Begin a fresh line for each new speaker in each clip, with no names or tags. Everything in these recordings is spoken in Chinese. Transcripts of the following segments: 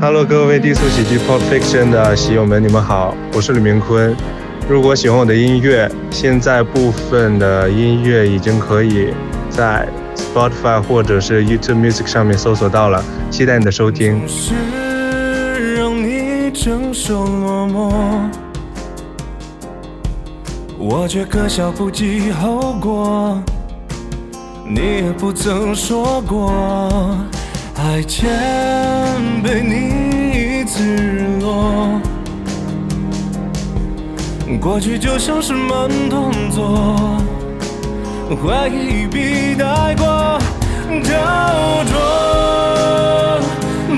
Hello，各位低俗喜剧 Pop Fiction 的喜友们，你们好，我是吕明坤。如果喜欢我的音乐，现在部分的音乐已经可以在 Spotify 或者是 YouTube Music 上面搜索到了，期待你的收听。
是让你承受落寞，我却可笑不计后果。你也不曾说过，爱前被你一次日落。过去就像是慢动作，怀疑比带过雕琢，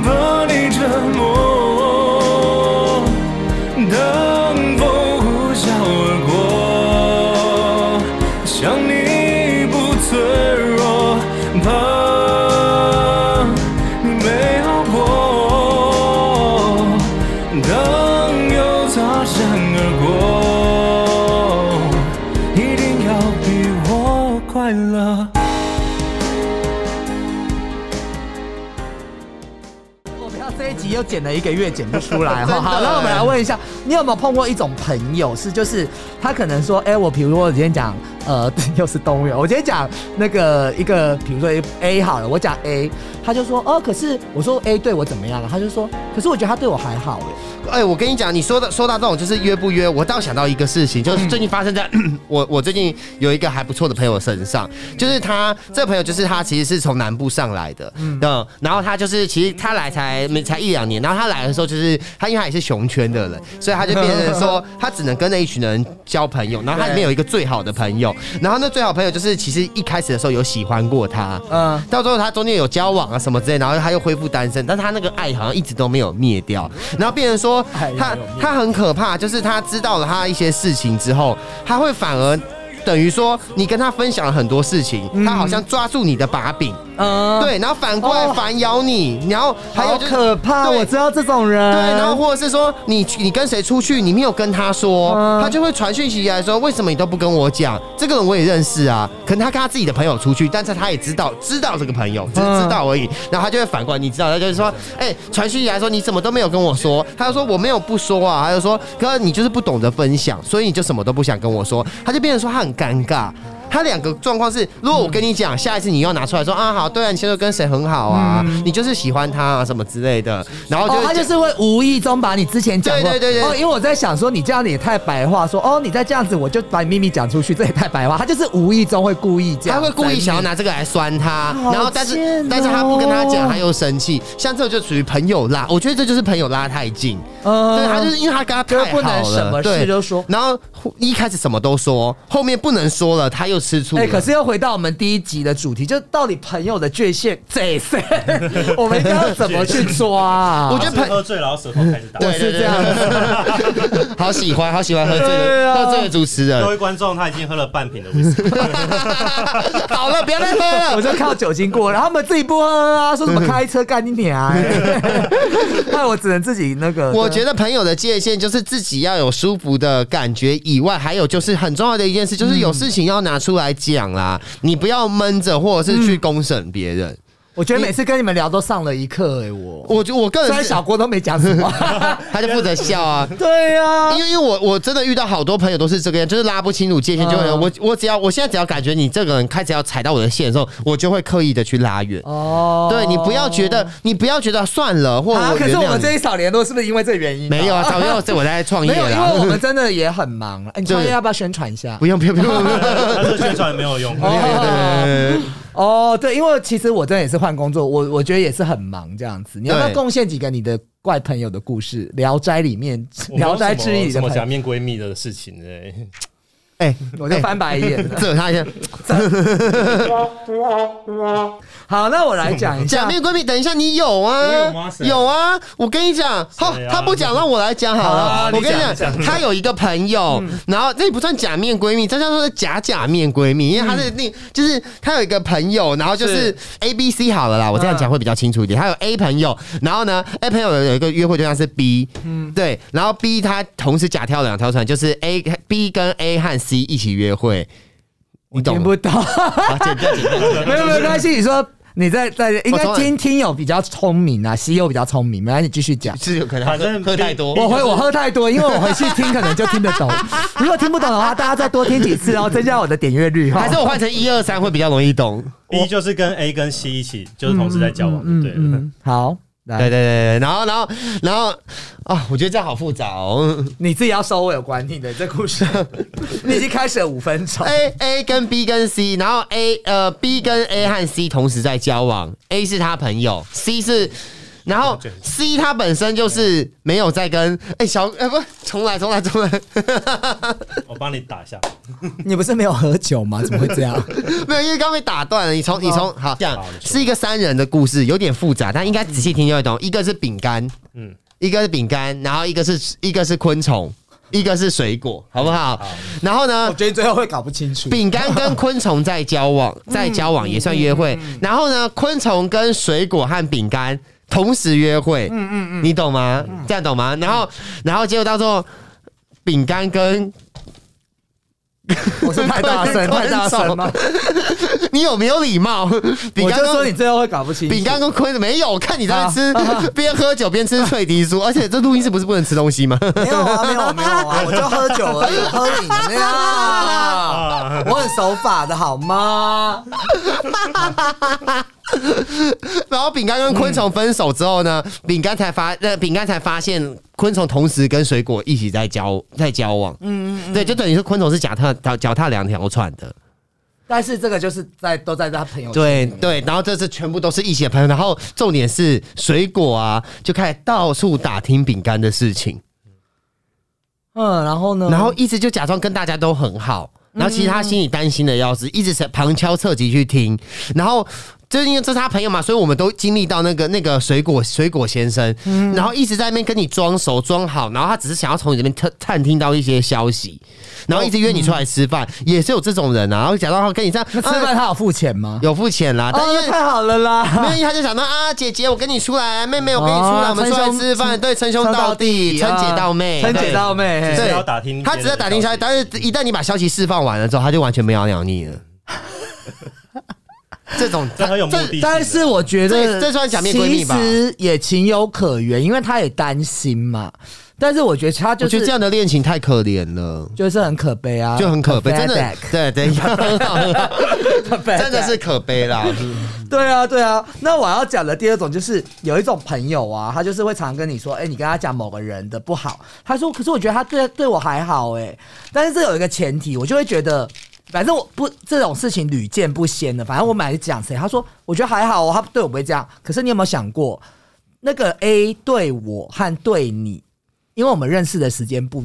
把你折磨。等风呼啸而过，想你不脆弱，怕你没好过。当又擦身而过，一定要比我快乐。
我们要这一集又剪了一个月，剪不出 来哈。好，那我们来问一下，你有没有碰过一种朋友，是就是他可能说，哎、我比如说我今天讲，呃， 又是动物园，我今天讲那个一个，比如说哎 A 好了，我讲 A，他就说，哦，可是我说 A 对我怎么样了，他就说，可是我觉得他对我还好哎，
哎、我跟你讲，你说到说到这种就是约不约，我倒想到一个事情，就是最近发生在、 我我最近有一个还不错的朋友身上，就是他这朋友就是他其实是从南部上来的，嗯，然后他就是其实他来才没才一两年，然后他来的时候就是他因为他也是熊圈的人，所以他就变成说他只能跟那一群人交朋友，然后他里面有一个最好的朋友，然后那最好朋友就是其实一开始的时候有喜欢过他，
嗯、
到最后他中间有交往啊什么之类，然后他又恢复单身，但是他那个爱好像一直都没有灭掉，然后变成说
爱没有
他
灭
他很可怕，就是他知道了他一些事情之后，他会反而。等于说，你跟他分享了很多事情，他好像抓住你的把柄，
嗯，
对，然后反过来
哦
反咬你，然后还有
好
就是
可怕，
对
我知道这种人，
对，然后或者是说你你跟谁出去，你没有跟他说，
嗯
他就会传讯息来说，为什么你都不跟我讲？这个人我也认识啊，可能他跟他自己的朋友出去，但是他也知道知道这个朋友，只是
嗯
知道而已。然后他就会反过来，你知道，他就是说，哎、传讯息来说你怎么都没有跟我说？他就说我没有不说啊，他就说哥你就是不懂得分享，所以你就什么都不想跟我说，他就变成说他很尴尬。他两个状况是，如果我跟你讲，下一次你又拿出来说啊，好，对啊，你现在跟谁很好啊，你就是喜欢他啊，什么之类的，然后就、
嗯哦，他就是会无意中把你之前讲过，
对对对对
哦，因为我在想说你这样子也太白话，说哦你再这样子我就把你秘密讲出去，这也太白话。他就是无意中会故意这样，
他会故意想要拿这个来酸他，然后但是、
贱哦
但是他不跟他讲，他又生气。像这种就属于朋友拉，我觉得这就是朋友拉太近。
嗯
对他就是因为他跟他太好了，
就是不能什么事
对
都说
然后一开始什么都说，后面不能说了，他又吃醋了。
哎、可是又回到我们第一集的主题，就到底朋友的界限这是 我们应该要怎么去抓啊？
我觉得
是
朋
喝醉然后舌头开始打。
对
是这
对
样
对， 好喜欢好喜欢喝醉
对
的
啊
喝醉的主持人
各。位观众，他已经喝了 半瓶的威士忌，
好了，不要再喝了嗯
我。就靠酒精过，然后他们自己不喝啊，说什么开车干你娘、欸，那我只能自己那个。
我觉得朋友的界限就是自己要有舒服的感觉以外，还有就是很重要的一件事，就是有事情要拿出来讲啦，你不要闷着，或者是去公审别人。
我觉得每次跟你们聊都上了一课哎、我
我觉我个
虽然
人是
小，郭都没讲什 么，
他就负责笑 啊。
对呀、啊
因，为因为我我真的遇到好多朋友都是这个样，就是拉不清楚界限，就会
嗯
我我只要我现在只要感觉你这个人开始要踩到我的线的时候，我就会刻意的去拉远。
哦，
对你不要觉得你不要觉得算了，或
啊，
我
可
原
是我
谅
们
你
最近少联络，是不是因为这个原因、哦
没有 啊，早就这我在创业
没有，因
啦
为我们真的也很忙了。哎你创业
对
要不要宣传一下
不？用不用不用不 用。
但是宣传没有用。
哦，哦，对，因为其实我真的也是换工作，我我觉得也是很忙这样子。你要不要
对
贡献几个你的怪朋友的故事？《聊斋》里面，《聊斋志异》里
什
的
么
朋
假
友，
面闺蜜的事情哎，
哎，
我就
哎
翻白眼了。
这他一下，
好，那我来讲一
假
下。
面闺蜜，等一下你有
我有
啊
吗？谁
有啊，我跟你讲，好
谁，啊
他不讲，让我来讲好
好啊
了。我
你
跟
讲
你讲，他有一个朋友，然后这也不算假面闺蜜，这叫做假假面闺蜜，因为他是那，就是他有一个朋友，然后就是
是
A B C 好了啦，我这样讲会比较清楚一点。他有 A 朋友，然后呢，A 朋友有一个约会对象是 B，对，然后 B 他同时假跳两条船，就是 A B 跟 A 和 C 一起约会，你懂
听
吗？
不懂，
啊简单简单。
没有没有关系。你说你在在应该今天有比较聪明啊，西柚比较聪明，没关系，继续讲。
是有可能
反正
喝喝太多。
我回我喝太多，因为我回去听可能就听得懂。如果听不懂的话，大家再多听几次，然后增加我的点阅率哈。
还是我换成一二三会比较容易懂。
一就是跟 A 跟 C 一起，就是同时在交
嗯
往，对了。
好，
对
来，
对对对，对然后然后然后啊，我觉得这样好复杂哦。
你自己要收尾有关系的这故事，你已经开始了五分钟。
A A 跟 B 跟 C，然后 A 呃 B 跟 A 和 C 同时在交往，A 是他朋友，C 是。然后 C 他本身就是没有在跟哎、小哎、不重来重来重来，
我帮你打一下，
你不是没有喝酒吗？怎么会这样？
没有因为刚被打断了。你从你从好这样
好你说
是一个三人的故事，有点复杂，但应该仔细听就会懂。一个是饼干，
嗯，
一个是饼干，然后一个是一个是昆虫，一个是水果，好不嗯好？哦然后呢
我，觉得最后会搞不清楚。
饼干跟昆虫在交 往，在交往也算约会。然后呢，昆虫跟水果和饼干同时约会，嗯嗯嗯，你懂吗？这样懂吗？然后，然后结果到最后，饼干跟
我是太大声，太大声吗？
你有没有礼貌？饼
我
干
就说
跟
你最后会搞不清楚。
饼干跟昆没有，我看你在那吃
啊啊，
边喝酒边吃脆皮酥，而且这录音室不是不能吃东西吗？
没有啊，没有啊没有 啊，我就喝酒而已，我喝饮
啊
料，我很守法的好吗？
然后饼干跟昆虫分手之后呢，饼干才发，呃，饼干才发现昆虫同时跟水果一起在交在交往。嗯嗯，对，就等于是昆虫是脚踏脚脚踏两条船的。
但是这个就是在都在他朋友圈
对对，然后这次全部都是一起的朋友，然后重点是水果啊，就开始到处打听饼干的事情，
嗯，然后呢？
然后一直就假装跟大家都很好。然后其实他心里担心的要死，一直是旁敲侧击去听，然后。就是因为这是他朋友嘛，所以我们都经历到那个那个水果水果先生，
嗯
然后一直在那边跟你装熟装好，然后他只是想要从你这边探探听到一些消息，然后一直约你出来吃饭，也是有这种人啊，然后假装好跟你这样，
那吃
啊
饭他有付钱吗？
有付钱啦，但因
哦，
为
那太好了
没有，
啦！
因为他就想到啊，姐姐，我跟你出来，妹妹，我跟你出
哦
来，我们出来
称兄
吃饭，对，称兄
称啊
道弟，称姐道妹，
称
对
姐道妹，嘿
只
对
是要打听，
他只是打听消息，但是一旦你把消息释放完了之后，他就完全没有鸟你 了。这种
这很有目的性的。
但是我觉得
这这算假面闺蜜吧
其实也情有可原，因为他也担心嘛。但是我觉得他就
我觉得
是
这样的恋情太可怜了。
就是很可悲啊，
就很可悲，真的
pathetic，
对对， 很好很好
pathetic
真的是可悲啦。
对啊，对啊。那我要讲的第二种就是有一种朋友啊，他就是会常跟你说，哎、你跟他讲某个人的不好，他说，可是我觉得他对对我还好、哎，但是这有一个前提，我就会觉得。反正我不这种事情屡见不鲜的，反正我买来讲谁，他说我觉得还好哦，他对我不会这样。可是你有没有想过，那个 A 对我和对你，因为我们认识的时间不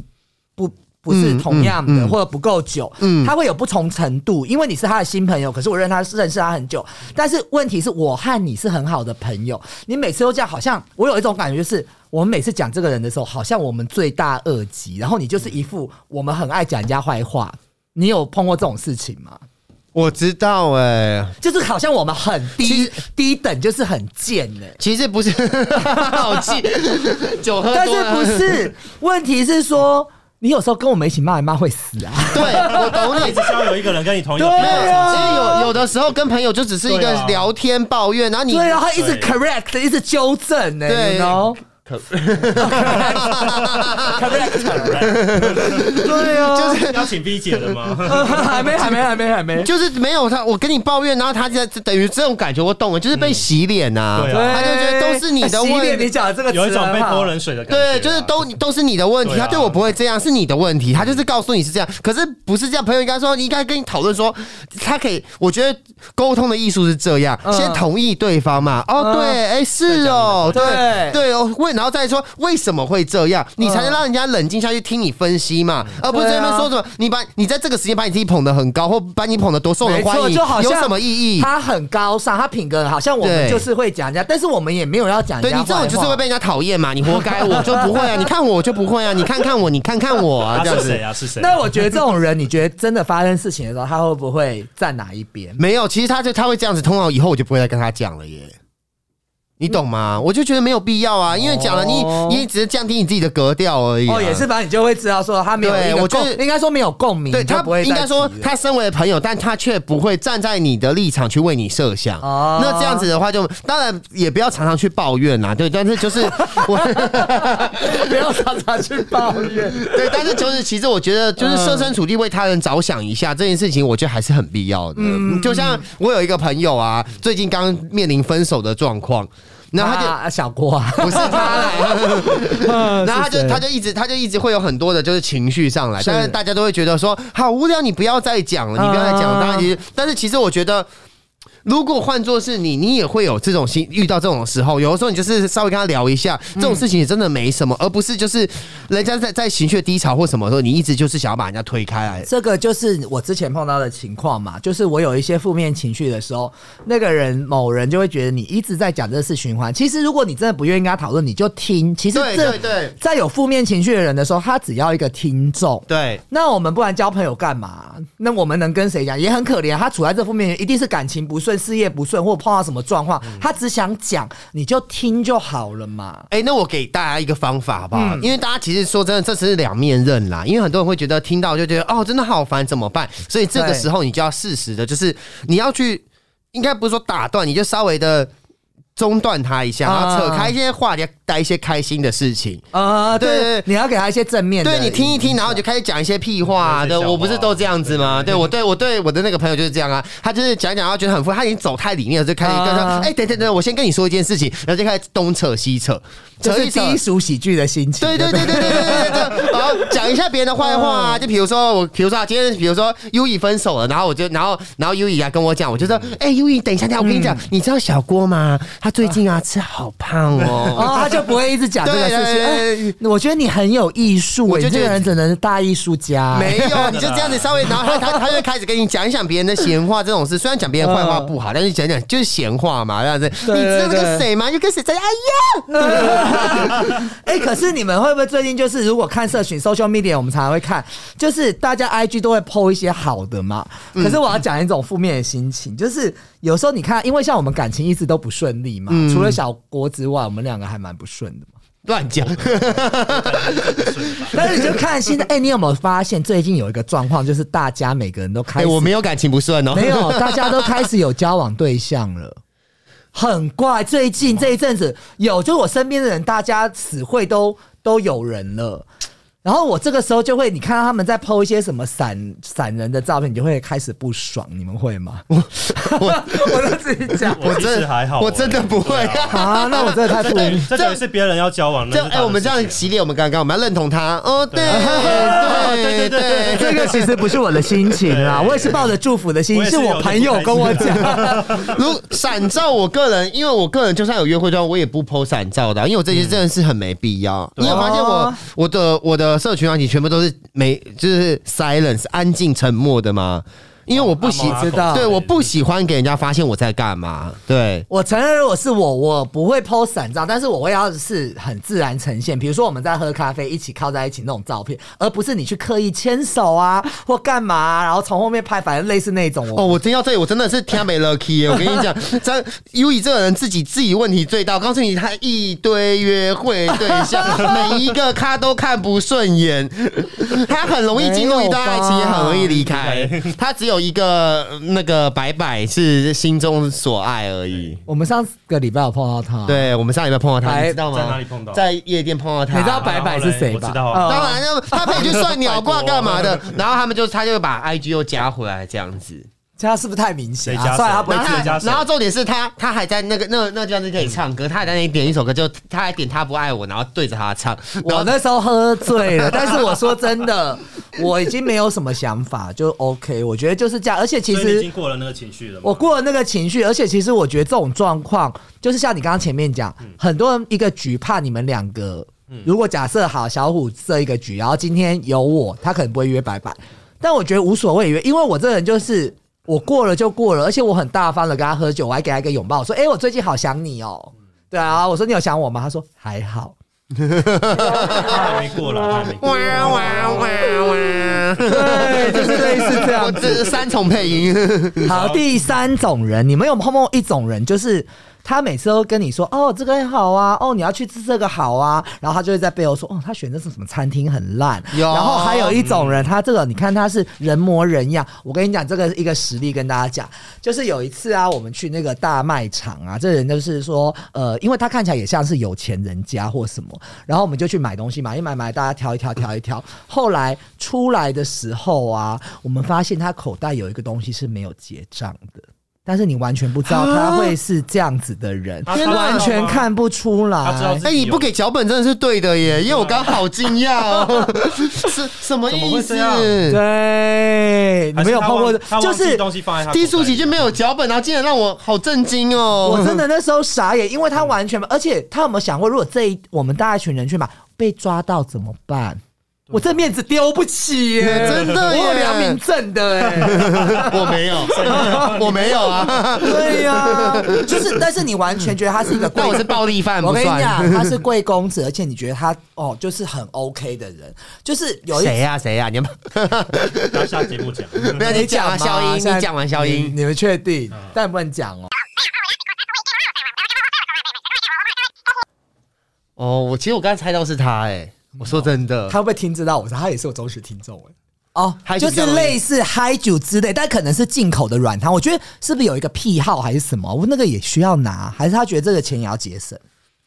不不是同样的，
嗯嗯嗯
或者不够久，
嗯
他会有不同程度。因为你是他的新朋友，可是我认他认识他很久，但是问题是我和你是很好的朋友，你每次都这样，好像我有一种感觉就是。我们每次讲这个人的时候，好像我们罪大恶极，然后你就是一副我们很爱讲人家坏话。你有碰过这种事情吗？
我知道哎，
就是好像我们很
其
低
实
低等，就是很贱呢、
其实不是， 好气，酒喝
但
多
是
了
不是？问题是 说，你有时候跟我们一起骂一骂会死啊。
对，我懂你
一直需要有一个人跟你同一 个
对
频道
啊
其实有有的时候跟朋友就只是一
对
个
啊
聊天抱怨，然后你
对，啊 然 后一直
对
correct，一直纠正呢、
对
欸，然后 correct，对 啊，就
要请 B 姐了 吗？
还没，还没，还没，还没，
就是没有他，我跟你抱怨，然后他就等于这种感觉，我懂了，就是被洗脸呐、
嗯对啊
他就觉得都是你的
哎洗脸
问
你
题。啊
讲的这个词
有一种被
很好
泼冷水的感觉啊。
对，就是都都是你的问题，
对啊
他对我不会这样，是你的问题，他就是告诉你是这样，可是不是这样。朋友应该说，你应该跟你讨论说，他可以，我觉得沟通的艺术是这样，
嗯
先同意对方嘛，哦，
嗯
对，哎，是哦，
对嗯
对对哦，问，然后再说为什么会这样，你才能让人家冷静下去听你分析嘛，而不是在那边说什么，你把你在这个时间把你自己捧得很高，或把你捧得多受人
啊没
欢
错，
迎，
就好像
有什么意义？
他很高尚，他品格好像我们
对
就是会讲人家，但是我们也没有要讲人
对
家
你
坏
这
话
种就是会被人家讨厌嘛，你活该，我就不会啊，你看我我就不会啊，你看看我，你看看我啊，
他
这样
是
子
谁。啊？是谁？
那我觉得这种人，你觉得真的发生事情的时候，他会不会站哪一边？
没有，其实他就他会这样子，通常以后我就不会再跟他讲了耶。你懂吗？我就觉得没有必要啊，因为讲了你
哦，
你也只是降低你自己的格调而已啊、
哦，也是，反正你就会知道说他没有
对
一个
我觉
共
得，
应该说没有共鸣，
对
就
他
不会再
应该说
提了
他身为朋友，但他却不会站在你的立场去为你设想。
哦
那这样子的话就，当然也不要常常去抱怨啦，对，但是就是我。
不要常常去抱怨。
对，但是就是其实我觉得，就是设身处地为他人着想一下、这件事情，我觉得还是很必要的。就像我有一个朋友啊，最近刚面临分手的状况，然后他就。
啊小郭啊，
不是 他啦， 然后他就他
就
就一直他就一直会有很多的就是情绪上来，但是大家都会觉得说好无聊，你不要再讲了，你不要再讲
啊
了。当然，其实但是其实我觉得。如果换作是你，你也会有这种心遇到这种时候。有的时候你就是稍微跟他聊一下，
嗯
这种事情也真的没什么，而不是就是人家在在情绪低潮或什么的时候，你一直就是想要把人家推开来。
这个就是我之前碰到的情况嘛，就是我有一些负面情绪的时候，那个人某人就会觉得你一直在讲这次循环。其实如果你真的不愿意跟他讨论，你就听。其实
对
这
对对
在有负面情绪的人的时候，他只要一个听众。
对，
那我们不然交朋友干嘛？那我们能跟谁讲？也很可怜啊，他处在这负面，一定是感情不顺、事业不顺，或碰到什么状况，
嗯
他只想讲，你就听就好了嘛。
哎、那我给大家一个方法好不好？因为大家其实说真的，这只是两面刃啦。因为很多人会觉得听到就觉得哦，真的好烦，怎么办？所以这个
对
时候你就要适时的，就是你要去，应该不是说打断，你就稍微的中断它一下，然后扯开一些话题，带一些开心的事情。
啊、对
对
对
对，
你要给他一些正面的。
对你听一听，然后就开始讲一些屁话、啊，
对
对我不是都这样子吗？对我对我对我的那个朋友就是这样啊，他就是讲一讲，然后觉得很复杂，他已经走太里面了，就开始跟他说：“
啊
哎、等等等，我先跟你说一件事情。”然后就开始东扯西扯，
就
扯
是
一扯。
低俗喜剧的心情。
对对对对对对对对，然后讲一下别人的坏话啊，就比如说我，比如说啊，今天比如说优以分手了，然后我就，然后然后优以来跟我讲，我就说，哎，优以，等一下，等一下，我跟你讲，你知道小郭吗？他最近啊吃好胖
哦，
哦。
他就不会一直讲这个事情。
对对对
哎我觉得你很有艺术、
我
哎
就
你这
觉
个
得
人真的是大艺术家。
没有，你就这样子稍微，然后他他他就开始跟你讲一讲别人的闲话这种事，虽然讲别人坏话不好，但是讲讲就是闲话嘛，这样子。你知道那个谁吗？就跟谁在，哎呀，
哎、可是你们会不会最近就是，如果看社群 social media，我们常常会看，就是大家 IG 都会 PO 一些好的嘛。
嗯
可是我要讲一种负面的心情，就是有时候你看，因为像我们感情一直都不顺利嘛，
嗯
除了小郭之外，我们两个还蛮不顺的嘛。
乱讲。
但是你就看 现在，哎、你有没有发现最近有一个状况，就是大家每个人都开
哎，
始、
我没有感情不顺哦，
没有，大家都开始有交往对象了。很怪，最近这一阵子有，就我身边的人，大家死会都都有人了。然后我这个时候就会，你看到他们在 PO 一些什么闪闪人的照片，你就会开始不爽。你们会吗？ 我 我都自己讲
我其实还好，
我真的不会
对 啊
啊，那我真的 太不
对
明。
这等于是别人要交往，那
这
是
哎、
他的
我们这样
事情
系列，我们刚刚我们要认同他哦，对对
对 对对
对
对
这个其实不是我的心情啦，
对
我也是抱着祝福的心
我
情，
也
是
是
我朋友跟我讲。
如闪照，我个人，因为我个人就算有约会照，我也不 PO 闪照的啊，因为我这些真的是很没必要。你有发现我
哦
我的我的社群软体全部都是没就是 silence 安静沉默的吗？因为我不喜
啊阿猫阿狗
知道
对，
之类的
我不喜欢给人家发现我在干嘛。对，
我承认，如果是我，我不会 PO 散照，但是我会要是很自然呈现，比如说我们在喝咖啡，一起靠在一起那种照片，而不是你去刻意牵手 啊或干嘛啊、然后从后面拍，反正类似那种。
哦，
我
我听到这里，我真的是天没 lucky 耶！我跟你讲，张优以这个人自己自己问题最大。我告诉你，他一堆约会对象，每一个他都看不顺眼，他很容易进入一段爱情，也很容易离开。他只有一个呃那个白白是心中所爱而已。
我们上个礼拜有碰到他，，
对我们上礼拜碰到他，
啊白
你知道吗？
在哪里碰到
在夜店碰到他。
你知道白白是谁吧？
然后嘞我知道
当然，那他陪你去算鸟卦干嘛的？然后他们就他就把 IG 又加回来这样子。
这他是不是太明显
谁
啊？
加
算了，他不会
谁
然后
记得
他
加谁
然后重点是他，他还在那个那那地方在那里唱歌，他还在那里点一首歌，就他还点他不爱我，然后对着他唱。然
我
后
那时候喝醉了，但是我说真的，我已经没有什么想法，就 OK。我觉得就是这样，而且其
所以你已
实
经过了那个情绪了吗。
我过了那个情绪，而且其实我觉得这种状况，就是像你刚刚前面讲，很多人一个局怕你们两个。如果假设好小虎设一个局，然后今天有我，他可能不会约白白，但我觉得无所谓约，因为我这人就是我过了就过了，而且我很大方的跟他喝酒，我还给他一个拥抱，说：“哎、我最近好想你哦、对啊，我说你有想我吗？他说还好。
他还没过了，他还没过
哇。哇哇哇！
对，就是类似这
我
样子。
这是三重配音，
好，第三种人，你们有碰过一种人，就是他每次都跟你说哦这个很好啊，哦你要去吃这个好啊，然后他就会在背后说哦他选的是什么餐厅很烂，
有
然后还有一种人，他这个你看他是人模人样，我跟你讲这个是一个实例跟大家讲，就是有一次啊我们去那个大卖场啊，这人就是说呃因为他看起来也像是有钱人家或什么，然后我们就去买东西嘛，一买买大家挑一挑挑一挑，后来出来的时候啊，我们发现他口袋有一个东西是没有结账的。但是你完全不知道他会是这样子的人，
啊天哪
完全看不出来。
他知道自己
哎、你不给脚本真的是对的耶，因为我刚刚好惊讶 哦，是什么
怎么
意
会这样
思？
对，你没
还是
有
他
碰
忘
过，
他
就
忘记
是
东西放在他口袋
低速期就没有脚本，然后竟然让我好震惊哦！
我真的那时候傻眼，因为他完全，而且他有没有想过，如果这一我们大一群人去买，被抓到怎么办？
啊
我这面子丢不起耶，
真的耶
我有良民证的哎，
我没有，我没有 啊，
对呀、 就是，但是你完全觉得他是一个贵
那我是暴力犯
我
不
跟你
算。
讲，他是贵公子，而且你觉得他哦，就是很 OK 的人，就是有一
谁呀谁啊呀？你们
他下节目讲，
不要你讲啊，
嘛
消音，
现在
你讲完消
你
音。
你们确定？但不能讲哦。
哦，我其实我刚才猜到是他哎，我说真的，
他会不会听知道我是？他也是我忠实听众哎。哦
嗨，酒
就
比较
是
容易
类似嗨酒之类，但可能是进口的软糖。我觉得是不是有一个癖好还是什么？我那个也需要拿，还是他觉得这个钱也要节省？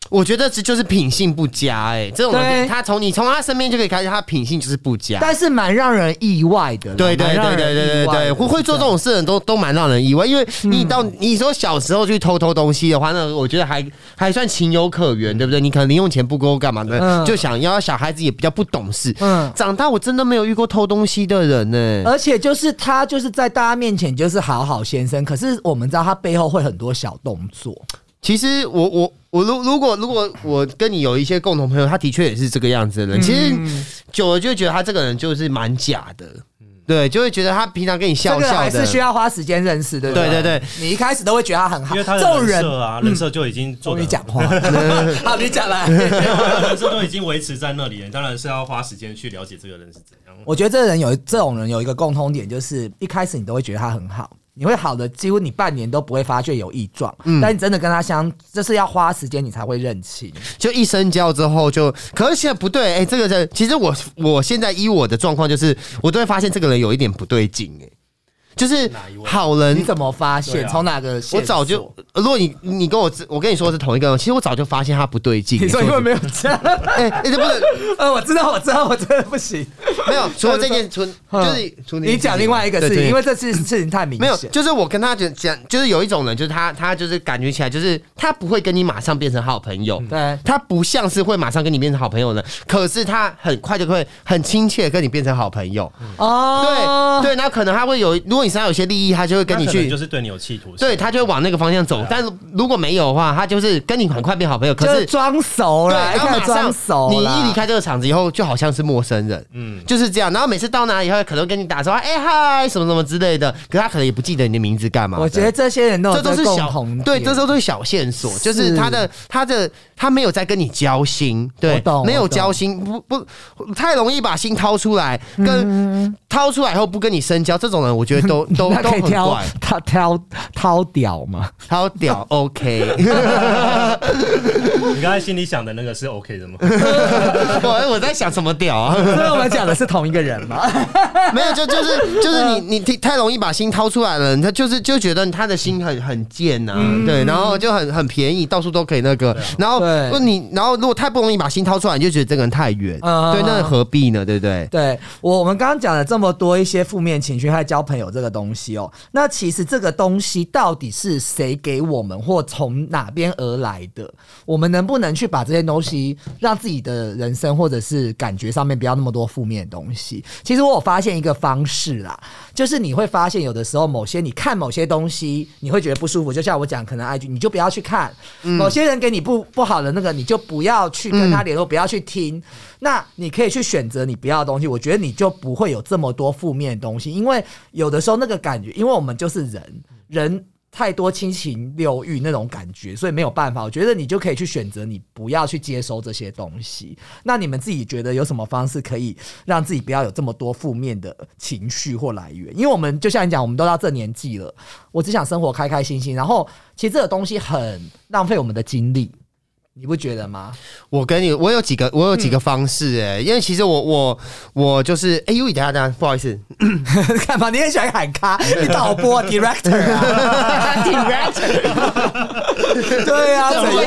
我觉得这就是品性不佳哎，这种人
对
他从你从他身边就可以看出他品性就是不佳。
但是蛮让人意外的啦。
对对
蛮让
对
人
对对对
意外
对，
的
会会做这种事的人都都蛮让人意外，因为你到
嗯
你说小时候去偷偷东西的话，那我觉得还还算情有可原，对不对？你可能零用钱不够干嘛的，
嗯
就想要小孩子也比较不懂事。
嗯
长大我真的没有遇过偷东西的人哎呢。
而且就是他就是在大家面前就是好好先生，可是我们知道他背后会很多小动作。
其实我我我如如果如果我跟你有一些共同朋友，他的确也是这个样子的
嗯
人，其实久了就会觉得他这个人就是蛮假的。对，就会觉得他平常跟你
这
笑
个
笑
还
的，
是需要花时间认识，对不
对
对
对对，
你一开始都会觉得他很好，
因为他
这种
的
人
人设啊，人设就已经做
终
嗯
于
得很
讲 话，好，你讲来。
没 有他的人设都已经维持在那里了，当然是要花时间去了解这个人是怎样。
我觉得这个人有这种人有一个共通点，就是一开始你都会觉得他很好，你会好的几乎你半年都不会发觉有异状，
嗯
但你真的跟他相，就是要花时间你才会认清。
就一深交之后就，可是现在不对，哎、这个人其实我我现在依我的状况就是，我都会发现这个人有一点不对劲，哎，就是
哪一位
好人
你怎么发现？
对啊
从哪个？
我早就，如果你你跟我知我跟你说是同一个人，其实我早就发现他不对劲。
你说
哎
因为没有讲，
哎、哎这不能
呃，我知道，我知道，我真的不行。
没有，除了这件，除 就是除了
嗯你讲另外一个
嗯对
事
对
情，因为这次事情太明
没有，
显。
就是我跟他讲讲，就是有一种人，就是他他就是感觉起来，就是他不会跟你马上变成好朋友，
对
他不像是会马上跟你变成好朋友的，可是他很快就会很亲切地跟你变成好朋友，
嗯哦，
对对，那可能他会有，如果你身上有些利益，他就会跟你
他可能
去
就。是对你有企图心，
对他就会往那个方向走，但是如果没有的话，他就是跟你很快变好朋友。可
就是是装熟
对，
了，
然
一
后
开
马
始
上
装熟
你
啦
一离开这个场子以后，就好像是陌生人，嗯，就是这样。然后每次到哪以后，可能跟你打招呼，哎嗨，什么什么之类的，可是他可能也不记得你的名字干嘛的。
我觉得这些人都有
这都是
哦共
小
同点
对，这都都是小线索，就是他的他的他没有在跟你交心，对
我懂，
没有
我懂
交心，不不太容易把心掏出来，跟掏出来以后不跟你深交，这种人我觉 得都都
嗯那
都
可
很
以挑
怪，
他挑掏屌吗？
超屌，OK，
你刚才心里想的那个是 OK 的吗？
我我在想什么屌啊？
所以我们讲的是同一个人嘛？
没有，就就是就是你你太容易把心掏出来了，他就是就觉得嗯他的心很很贱呐、对，然后就很很便宜，到处都可以那个，然后
嗯对
你然后如果太不容易把心掏出来，你就觉得这个人太远，
嗯
对，那何必呢？对不对？
对我我们刚刚讲了这么多一些负面情绪，还有交朋友这个东西哦。那其实这个东西到底是谁给我们，或从哪边而来的？我们能不能去把这些东西，让自己的人生或者是感觉上面不要那么多负面的东西？其实我有发现一个方式啦，就是你会发现有的时候某些你看某些东西，你会觉得不舒服。就像我讲，可能 IG 你就不要去看，某些人给你不不好的那个，你就不要去跟他联络，不要去听。那你可以去选择你不要的东西，我觉得你就不会有这么多负面的东西，因为有的时候那个感觉，因为我们就是人，人太多七情六欲那种感觉，所以没有办法。我觉得你就可以去选择，你不要去接收这些东西。那你们自己觉得有什么方式可以让自己不要有这么多负面的情绪或来源？因为我们就像你讲，我们都到这年纪了，我只想生活开开心心。然后其实这个东西很浪费我们的精力，你不觉得吗？
我跟你，我有几个，我有几个方式哎、因为其实我我我就是哎呦，等一下等一下，不好意思，
干嘛？你很喜欢喊咖，你导播 director 啊 director，对啊，
这
这
不
不
会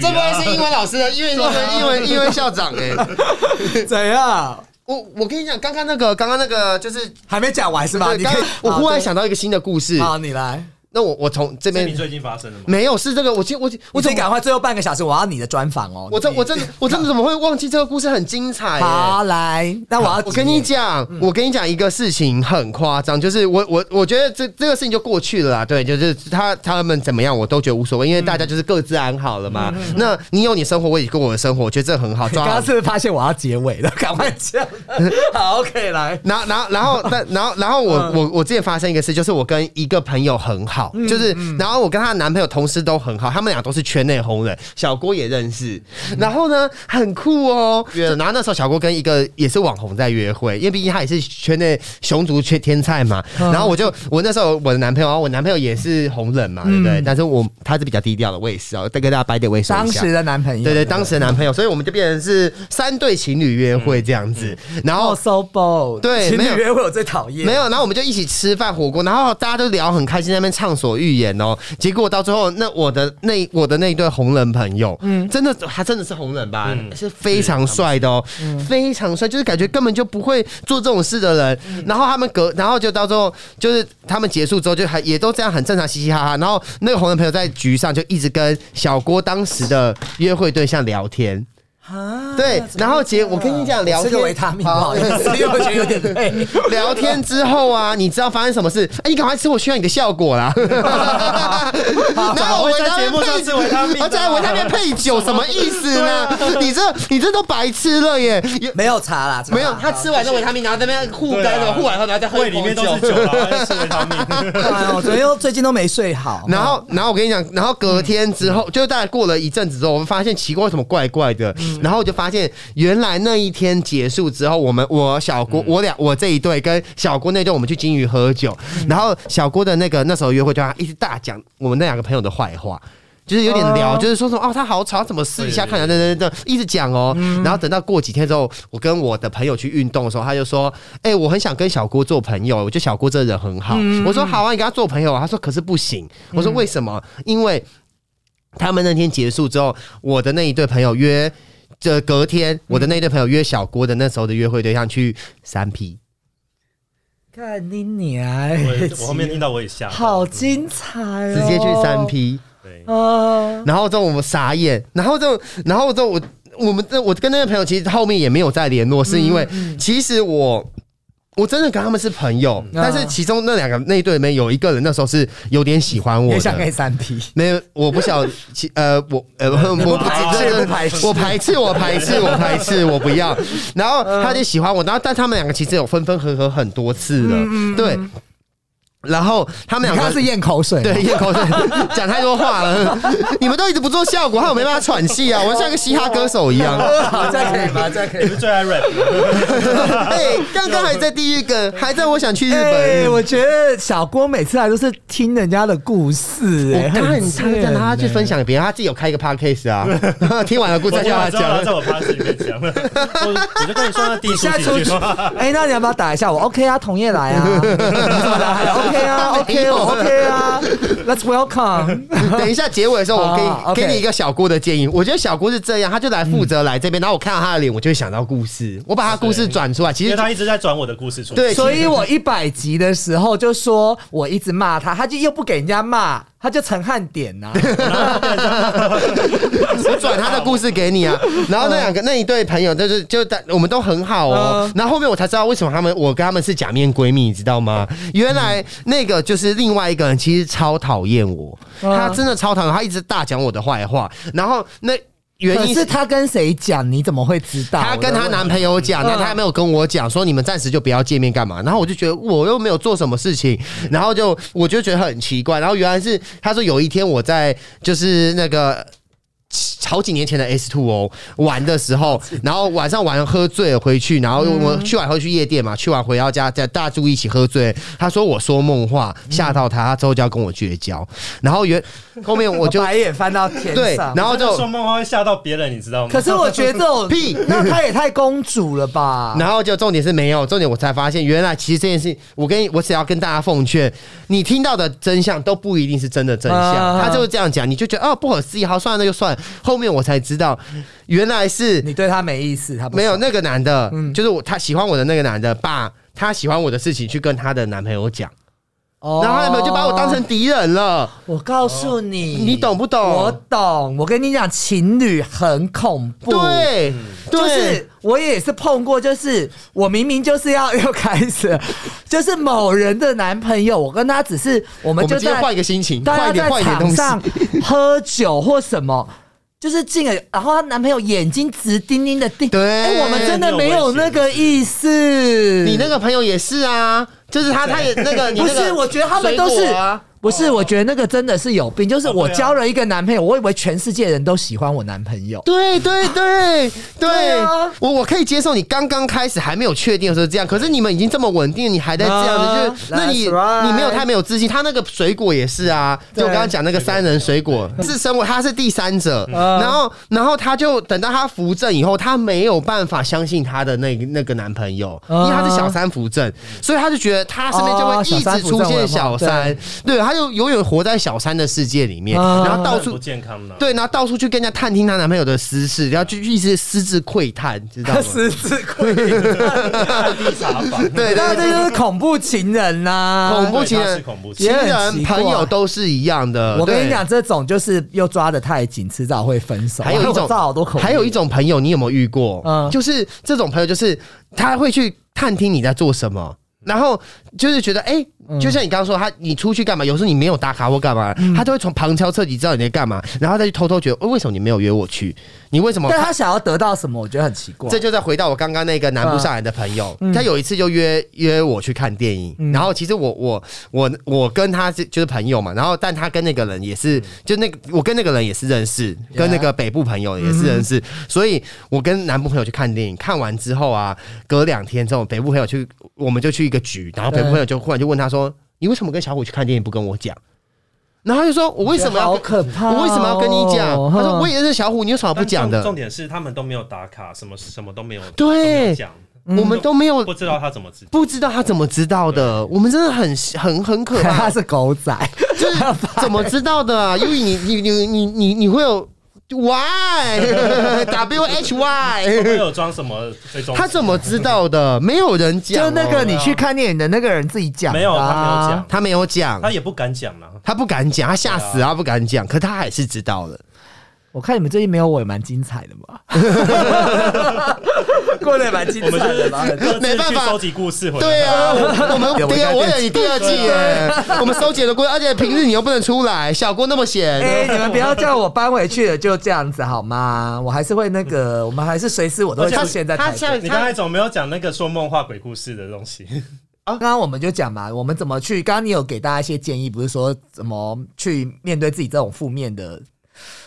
怎样
是
是
这不会是英文老师的，因为 英文英文英文校长哎、
怎样？
我我跟你讲，刚刚那个刚刚那个就是
还没讲完是吧？
对
啊你
刚
可以啊
刚，我忽
好
然想到一个新的故事
对，好，你来，
那我我从这
这
边
名最近发生了吗？
没有是这个，我今我
我
我
自
怎
己
么
赶快最后半个小时，我要你的专访哦。
我真我真的我真的怎么会忘记这个故事很精彩、欸？
好来，那我要嗯
我跟你讲，我跟你讲一个事情很夸张，就是我我我觉得这这个事情就过去了啦，对，就是他他们怎么样我都觉得无所谓，因为大家就是各自安好了嘛。那你有你生活，我也过我的生活，我觉得这很好，
你嗯刚
抓好
刚是不是发现我要结尾了？ 赶快讲。好，OK，来。
然后，然后，然 后，但然后，然后
嗯
我我我之前发生一个事，就是我跟一个朋友很好，就是
嗯
然后我跟她的男朋友同事都很好，他们俩都是圈内红人，小郭也认识。
嗯
然后呢，很酷哦。然后那时候小郭跟一个也是网红在约会，因为毕竟他也是圈内熊族圈天菜嘛。
嗯
然后我就我那时候我的男朋友，然后我男朋友也是红人嘛，对不对？但是我他是比较低调的，我也是哦，再跟大家摆点威声
嗯当
一下。
时的男朋友，
对对，当时的男朋友，所以我们就变成是三对情侣约会这样子，然后
哦，so bold，
对
情
没
侣
有
约会我最讨厌，
没有，然后我们就一起吃饭火锅，然后大家都聊很开心，在那边畅所欲言哦。结果到最后，那我的那我的那一对红人朋友，嗯，真的他真的是红人吧，
嗯
是非常帅的哦，
嗯
非常帅，就是感觉根本就不会做这种事的人。
嗯
然后他们隔，然后就到最后，就是他们结束之后，就还也都这样很正常，嘻嘻哈哈。然后那个红人朋友在局上就一直跟小郭当时的约会对象聊天。
啊
对然后结我跟你讲聊
这个
天
维他命不
好
好意 思，因为我觉得有点累。
聊天之后啊，你知道发生什么事？哎、你赶快吃我需要你的效果 啦！然后我
在节目上吃维他 命的啊
而且哦维他命配 酒，什么意思呢？
啊
你这你这都白吃了耶！也
没有差啦，
没有，他吃完那维他命，然后在那边护肝
对
了，
啊
护完后，然后再喝
胃
一
里
口
面都是酒
酒。
啊，吃维他命。
哎呦，我昨天又最近都没睡 好，
然后，然后我跟你讲，然后隔天之后，就大概过了一阵子之后，我们发现奇怪，为什么怪怪的？然后我就发现，原来那一天结束之后，我们我小郭，我俩我这一对跟小郭那对，我们去金鱼喝酒，然后小郭的那个那时候约会，就他一直大讲我们那两个朋友的坏话。就是有点聊，就是说什么哦，他好吵，怎么试一下
对嗯
看一下，等等等等，一直讲哦。然后等到过几天之后，我跟我的朋友去运动的时候，他就说：“哎、我很想跟小郭做朋友，我觉得小郭这人很好。
嗯
我说：“好啊，你跟他做朋友啊。”他说：“可是不行。”我说：“为什么？因为他们那天结束之后，我的那一对朋友约，这隔天我的那一对朋友约小郭的那时候的约会对象去三 P。
看你娘欸，
我我后面听到我也吓到，
好精彩哦，
嗯
直接去三 P，、
对，
啊，
然后之后我们傻眼，然后就，然后之后我我们这我跟那个朋友其实后面也没有再联络，是因为
嗯
其实我。我真的跟他们是朋友，
啊
但是其中那两个那一对里面有一个人那时候是有点喜欢我
也
的，
想给你三 P，
没有，我不想，其呃，我 呃，我
你
不
排斥
对对
不排斥嗯
我排斥，我排斥，我排斥，我不要。然后他就喜欢我，然后但他们两个其实有分分合合很多次了，对。然后他们
嗯你
两
刚
个
是咽口水，
对，咽口水，讲太多话了。 你们都一直不做效果，害我没办法喘气啊！我像个嘻哈歌手一 样。
好，这样可以 吗？这样可以
你。是最爱 rap，
哎，刚刚还在地狱梗，还在我想去日
哎
本。
我觉得小郭每次来都是听人家的故事、哎，
我看
很
哦他
贱
让他去分享给别人，他自己有开一个 podcast 啊。 听完了故
我
事
听
叫他
完之后然后在
讲。
我 p a 里面讲， 我我就跟你说 那地
你
主
现在
几
出
句
去
话，，
哎、那你要不要打一下我？OK 啊，同业来 啊，你怎么来？OK 啊，OK，我
哎
OK 啊，Let's welcome。
等一下结尾的时候，我
啊，OK
给给你一个小郭的建议。我觉得小郭是这样，他就来负责来这边，然后我看到他的脸，我就会想到故事，我把他故事转出来。其
因为
实
他一直在转我的故事出来。
对，
所以我一百集的时候就说我一直骂他，他就又不给人家骂，他就陈汉典啊呐、
我转他的故事给你啊。然后那两个那一对朋友，就是就大我们都很好哦
嗯。
然后后面我才知道为什么他们我跟他们是假面闺蜜，你知道吗？
嗯
原来那个就是另外一个人，其实超讨厌我，
嗯
他真的超讨厌我，他一直大讲我的坏话。然后那。原
可
因
是她跟谁讲，你怎么会知道？
她跟她男朋
友，
友讲，那她还没有跟我讲，说你们暂时就不要见面干嘛？然后我就觉得嗯我又没有做什么事情，然后就我就觉得很奇怪。然后原来是她说有一天我在就是那个。好几年前的 S Two 哦，玩的时候，然后晚上玩喝醉了回去，然后我
嗯
去完后去夜店嘛，去完回到家，在大家住一起喝醉。她说我说梦话，吓到她，她之后就要跟我绝交。然后原后面我
我
就
白眼翻到天
对，
上。
然后
真的
就
说梦话会吓到别人，你知道吗？
可是我觉得这种
屁
那她也太公主了吧？
然后就重点是没有，重点我才发现，原来其实这件事，我跟你我只要跟大家奉劝，你听到的真相都不一定是真的真相。
啊
他就是这样讲，你就觉得哦不可思议，好算了那就算了。后面我才知道，原来是
你对她没意思，她不
没有
爽
那个男的，
嗯
就是我他喜欢我的那个男的，把他喜欢我的事情去跟他的男朋友讲，
哦
然后他男朋友就把我当成敌人了，
我告诉你，
你懂不懂？
我懂，我跟你讲，情侣很恐怖。。
对，对
就是我也是碰过，就是我明明就是要 又开始了，就是某人的男朋友，我跟他只是我
我
们
们
就
今天
在
换一个心情，
大
换
家
一点
在
换一点东
场
西。
上喝酒或什么， 就是进了，然后她男朋友眼睛直盯盯的盯，
对
哎我们真的没有那个意思。
你那个朋友也是啊，就是他，他也那个，你
不
那个
是，我觉得他们都
水
是
果啊。
不是，我觉得那个真的是有病，就是
哦
我
对啊
交了一个男朋友，我以为全世界人都喜欢我男朋 友，
对对对对
啊，
我我可以接受你刚刚开始还没有确定的时候这样，可是你们已经这么稳定，你还在这样
啊
子，就是那你
that's right
你没有太没有自信。他那个水果也是啊，就
对
我刚刚讲那个三人水果是生活，他是第三者，
啊
然后然后他就等到他扶正以后，他没有办法相信他的那个那个男朋友，因为他是小三扶正，所以他就觉得他身边就会
啊哦小
一
三
直
扶正
出现
文化
小三，对，他就永远活在小三的世界里面，
啊
然 后到
很
处
不健康呢。
对，然后到处去跟人家探听她男朋友的私事，然后就一直私自窥探，知道吗？
十字 棍，
暗地查房，
对
那
对
这就是恐怖情人呐、
恐怖
对
情
他是
人、
恐怖
情
情
也很
人、
奇怪
朋友都是一样的。
我跟
对
你讲，，这种就是又抓得太紧，迟早会分手。
还有一
我
种
造好多口，
还有一种朋友，你有没有遇过？
嗯
就是这种朋友，就是他会去探听你在做什
嗯
么。然后就是觉得，哎、就像你刚刚说，他你出去干嘛？有时候你没有打卡或干嘛，
嗯
他都会从旁敲侧击知道你在干嘛，然后再去偷偷觉得，哦为什么你没有约我去？你为什么？
但他想要得到什么，我觉得很奇怪。
这就再回到我刚刚那个南部上来的朋友，
嗯
他有一次就约约我去看电影，然后其实我我我我跟他是就是朋友嘛，然后但他跟那个人也
嗯
是，就那个我跟那个人也是认识，跟那个北部朋友也是认
嗯
识，所以我跟南部朋友去看电影，看完之后啊，隔两天之后，北部朋友去我们就去一个局，然后北
对
部朋友就忽然就问他说：“你为什么跟小虎去看电影不跟我讲？”然后他就说：“我为什么要
好
跟？
可怕、哦
我为什么要跟你讲？”他说：“我
也
也认识小虎，你有什么
他
不讲的？”
重点是他们都没有打卡，什么什么都没有，
对
都没有讲，
我们都没有
不知道他怎么知道。
不知道他怎么知道的，我们真的很很很可怕
他，是狗仔，
就是怎么知道的啊？因为你你你你你你会有 why w h
会不
y，
会有装什么追踪 器？
他怎么啊知道的？没有人讲
就
哦，
那个你去看电影的那个人自己讲、啊，
没有？他没有讲，
他没有讲
他，也不敢讲啊啦。
他不敢讲，他吓死
对
啊，他不敢讲，可他还是知道了。
我看你们最近没有我也蛮精彩的嘛，过得也蛮精
我们
彩
就
的
是
吧？
各
没
自
办
去
法
收集故事回来。
对啊，我我们
有
第
我
二，
们
我有你第二季耶，我们收集了过，而且平日你又不能出来，小郭那么闲，
哎、你们不要叫我搬回去了，就这样子好吗？我还是会那个，我们还是随时我都会
而且
出现在
他
台
现在
北。
你刚才怎么没有讲那个说梦话鬼故事的东西？
刚刚我们就讲嘛，我们怎么去？刚刚你有给大家一些建议，不是说怎么去面对自己这种负面的，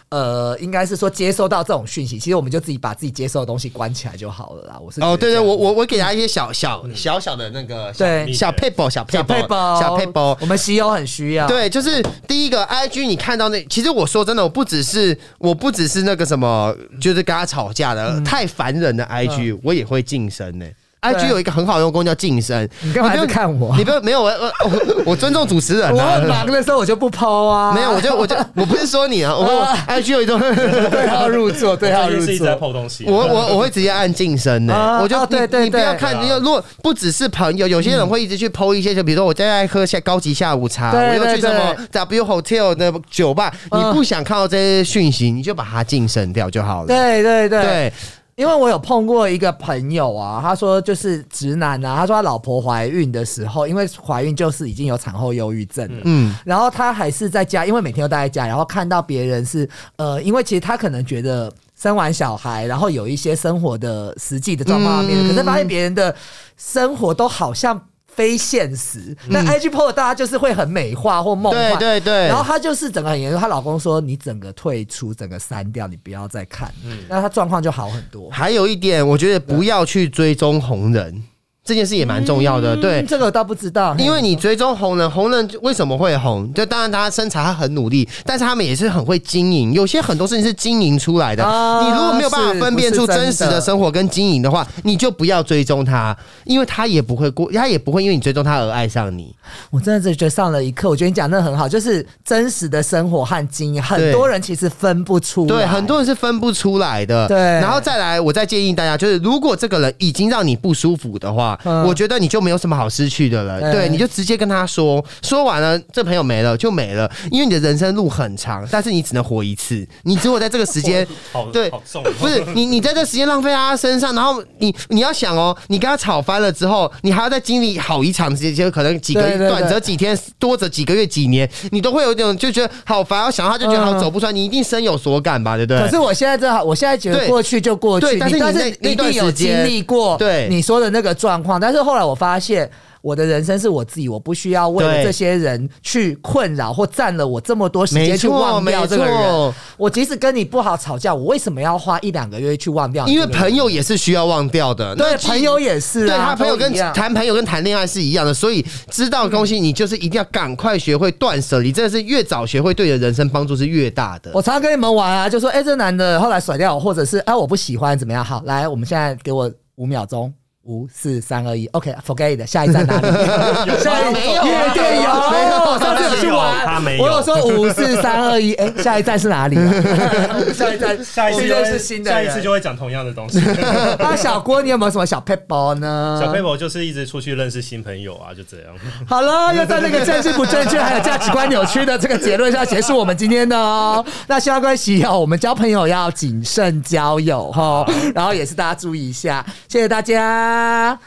呃，应该是说接收到这种讯息，其实我们就自己把自己接受的东西关起来就好了啦。我是
哦，对对，我
我。
我我给他一些小小小小的那个小
对
小 paper 小 paper
小配包，
小 paper。
我们喜友很需要。，
对，就是第一个 I G，你看到那，其实我说真的，我不只是我不只是那个什么，就是跟他吵架的、太烦人的 I G，、我也会晋升呢、I 欸 G
嗯对
有一个很好用的功能叫晋升，
你干嘛
不
一直
用
看我
你不用没有我我我我尊重主持人
我
啊
很，忙的时候我就不剖啊。
没有我就我就我不是说你啊，我
哦
I G 有一种 对
要入座，对
他
号
也
入
是一直在
座。
破东 西。啊
我我我会直接按晋升呢、
啊
我就、
哦
你
对对
你不要
对嗯
看，
对啊
因为如果不只是朋友，有些人会一直去剖一些，就比如说我现在喝下高级下午茶，
对
我又去
对
什么 W Hotel 的酒吧，你
嗯
不想看到这些讯息，你就把它晋升掉就好了。
对对对，
对
因为我有碰过一个朋友啊，他说就是直男啊，他说他老婆怀孕的时候，因为怀孕就是已经有产后忧郁症了，
嗯，
然后他还是在家，因为每天都待在家，然后看到别人是呃，因为其实他可能觉得生完小孩，然后有一些生活的实际的状况面，
嗯
可是发现别人的生活都好像非现实。那 IG p o 大家就是会很美化或梦
对
幻，
嗯对对，
然后哦她就是整个很严重，她老公说你整个退出，整个删掉，你不要再看，
嗯
那她状况就好很多。
还有一点，我觉得不要去追踪红人，这件事也蛮重要的。对
嗯，这个我倒不知道，
因为你追踪红人，红人为什么会红？就当然他身材他很努力，但是他们也是很会经营，有些很多事情是经营出来的。
啊
你如果没有办法分辨出
是不是真
真实的
的
生活跟经营的话，你就不要追踪他，因为他也不会过，他也不会因为你追踪他而爱上你。
我真的是觉得上了一课。我觉得你讲的很好，就是真实的生活和经验，很
对
多人其实分不出来。
对，很多人是分不出来的。
对
然后再来，我再建议大家，就是如果这个人已经让你不舒服的话，
嗯
我觉得你就没有什么好失去的了。
对
对，你就直接跟他说，说完了，这朋友没了就没了，因为你的人生路很长，但是你只能活一次，你只有在这个时间
好
对
好重，
不是你，你在这时间浪费在他身上，然后你你要想哦，你跟他吵翻了之后，你还要再经历好一场时间，就可能几个
对对对
短则几天，多则几个月、几年，你都会有一种就觉得好烦，要想到他就觉得好
嗯
走不出来，你一定深有所感吧，对不对？
可是我现在真的好，我现在觉得
对
过去就过去，
对但是
你
你
但
那
是
那
一
段
定
时
有经
间
历过
对
你说的那个状况。但是后来我发现，我的人生是我自己，我不需要为了
对
这些人去困扰或占了我这么多时
没
间去
错
忘掉这个
没
人
错。
我即使跟你不好吵架，我为什么要花一两个月去忘掉你
因
这
为
个人？
朋友也是需要忘掉的，那
对
既
朋友也是、啊，
对他朋友跟
都一样
谈朋友跟谈恋爱是一样的，所以知道的东西你就是一定要赶快学会断舍离，真的是越早学会，对你的人生帮助是越大的。
我常常跟你们玩啊，就说哎、这男的后来甩掉我，或者是哎、我不喜欢怎么样？好，来，我们现在给我五秒钟。五四三二一，OK，forget、it，下一站 哪里？下一
没有啊
夜店有，
没有
我上次有去
他
玩，
没有
我有说五四三二一，哎，下一站是哪里啊？ 下一站，
下一次
我
就
认
会
识新的
下
人，
一次就会讲同样的东西。
那啊小郭，你有没有什么小 p e b a l 呢？
小 p a p e 就是一直出去认识新朋友啊，就这样。
好了，又在那个政治不正确还有价值观扭曲的这个结论下结束我们今天的哦。那希望各位喜啊友，我们交朋友要谨慎交友哈，然后也是大家注意一下，谢谢大家，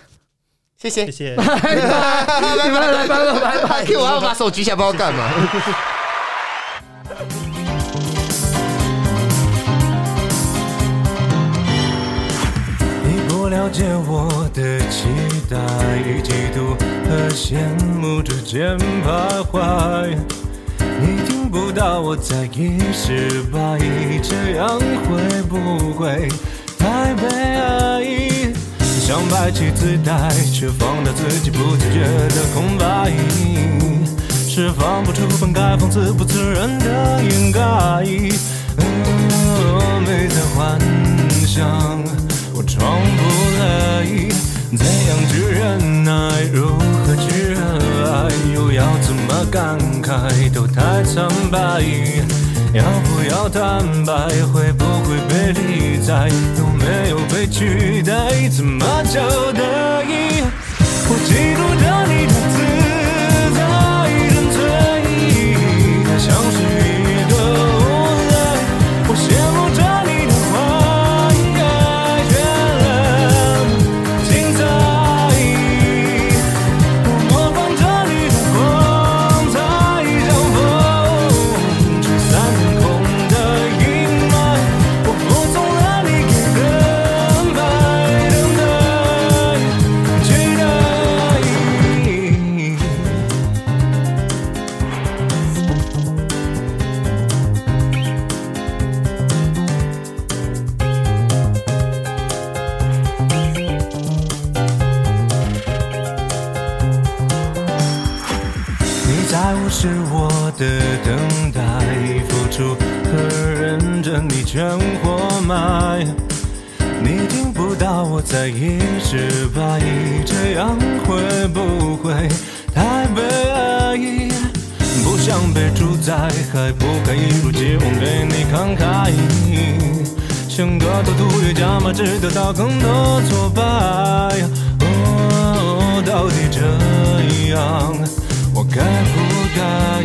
谢谢
谢，谢。
拜拜， 拜拜，拜拜，拜拜。
我要把手举起来，不知道干嘛。
你不了解我的期待与嫉妒和羡慕之间徘徊，你听不到我在一失败，这样会不会太悲哀？想摆起姿态，却放大自己不自觉的空白，释放不出本该放肆不自然的掩盖。嗯，没在幻想，我闯不来，怎样去忍耐，如何去热爱，又要怎么感慨，都太苍白。要不要坦白，会不会被理睬，都没有被取代，怎么叫得意？我嫉妒着你的自在沉醉，它像是一个无赖。我羡慕着你的花开绚烂精彩，我模仿着你的光彩像风，吹散天空的阴霾。我服从了你给的安排，等待。期待。你在无视我的等待，付出和认真，你全活埋。你听不到我在一直怀疑，这样会不会太悲哀？不想被主宰，还不敢一如既往对你慷慨，像个赌徒越加码，只得到更多挫败。哎哦，到底这样，我该不该？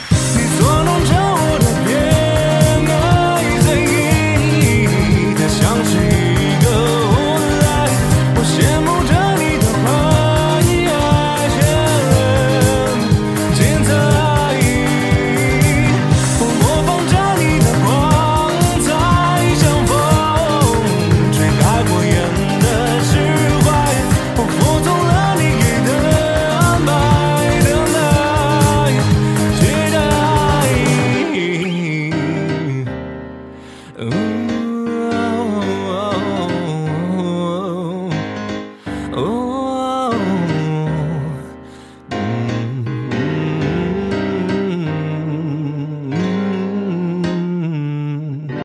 你捉弄着我的偏爱，怎一嗯 Mm, mm,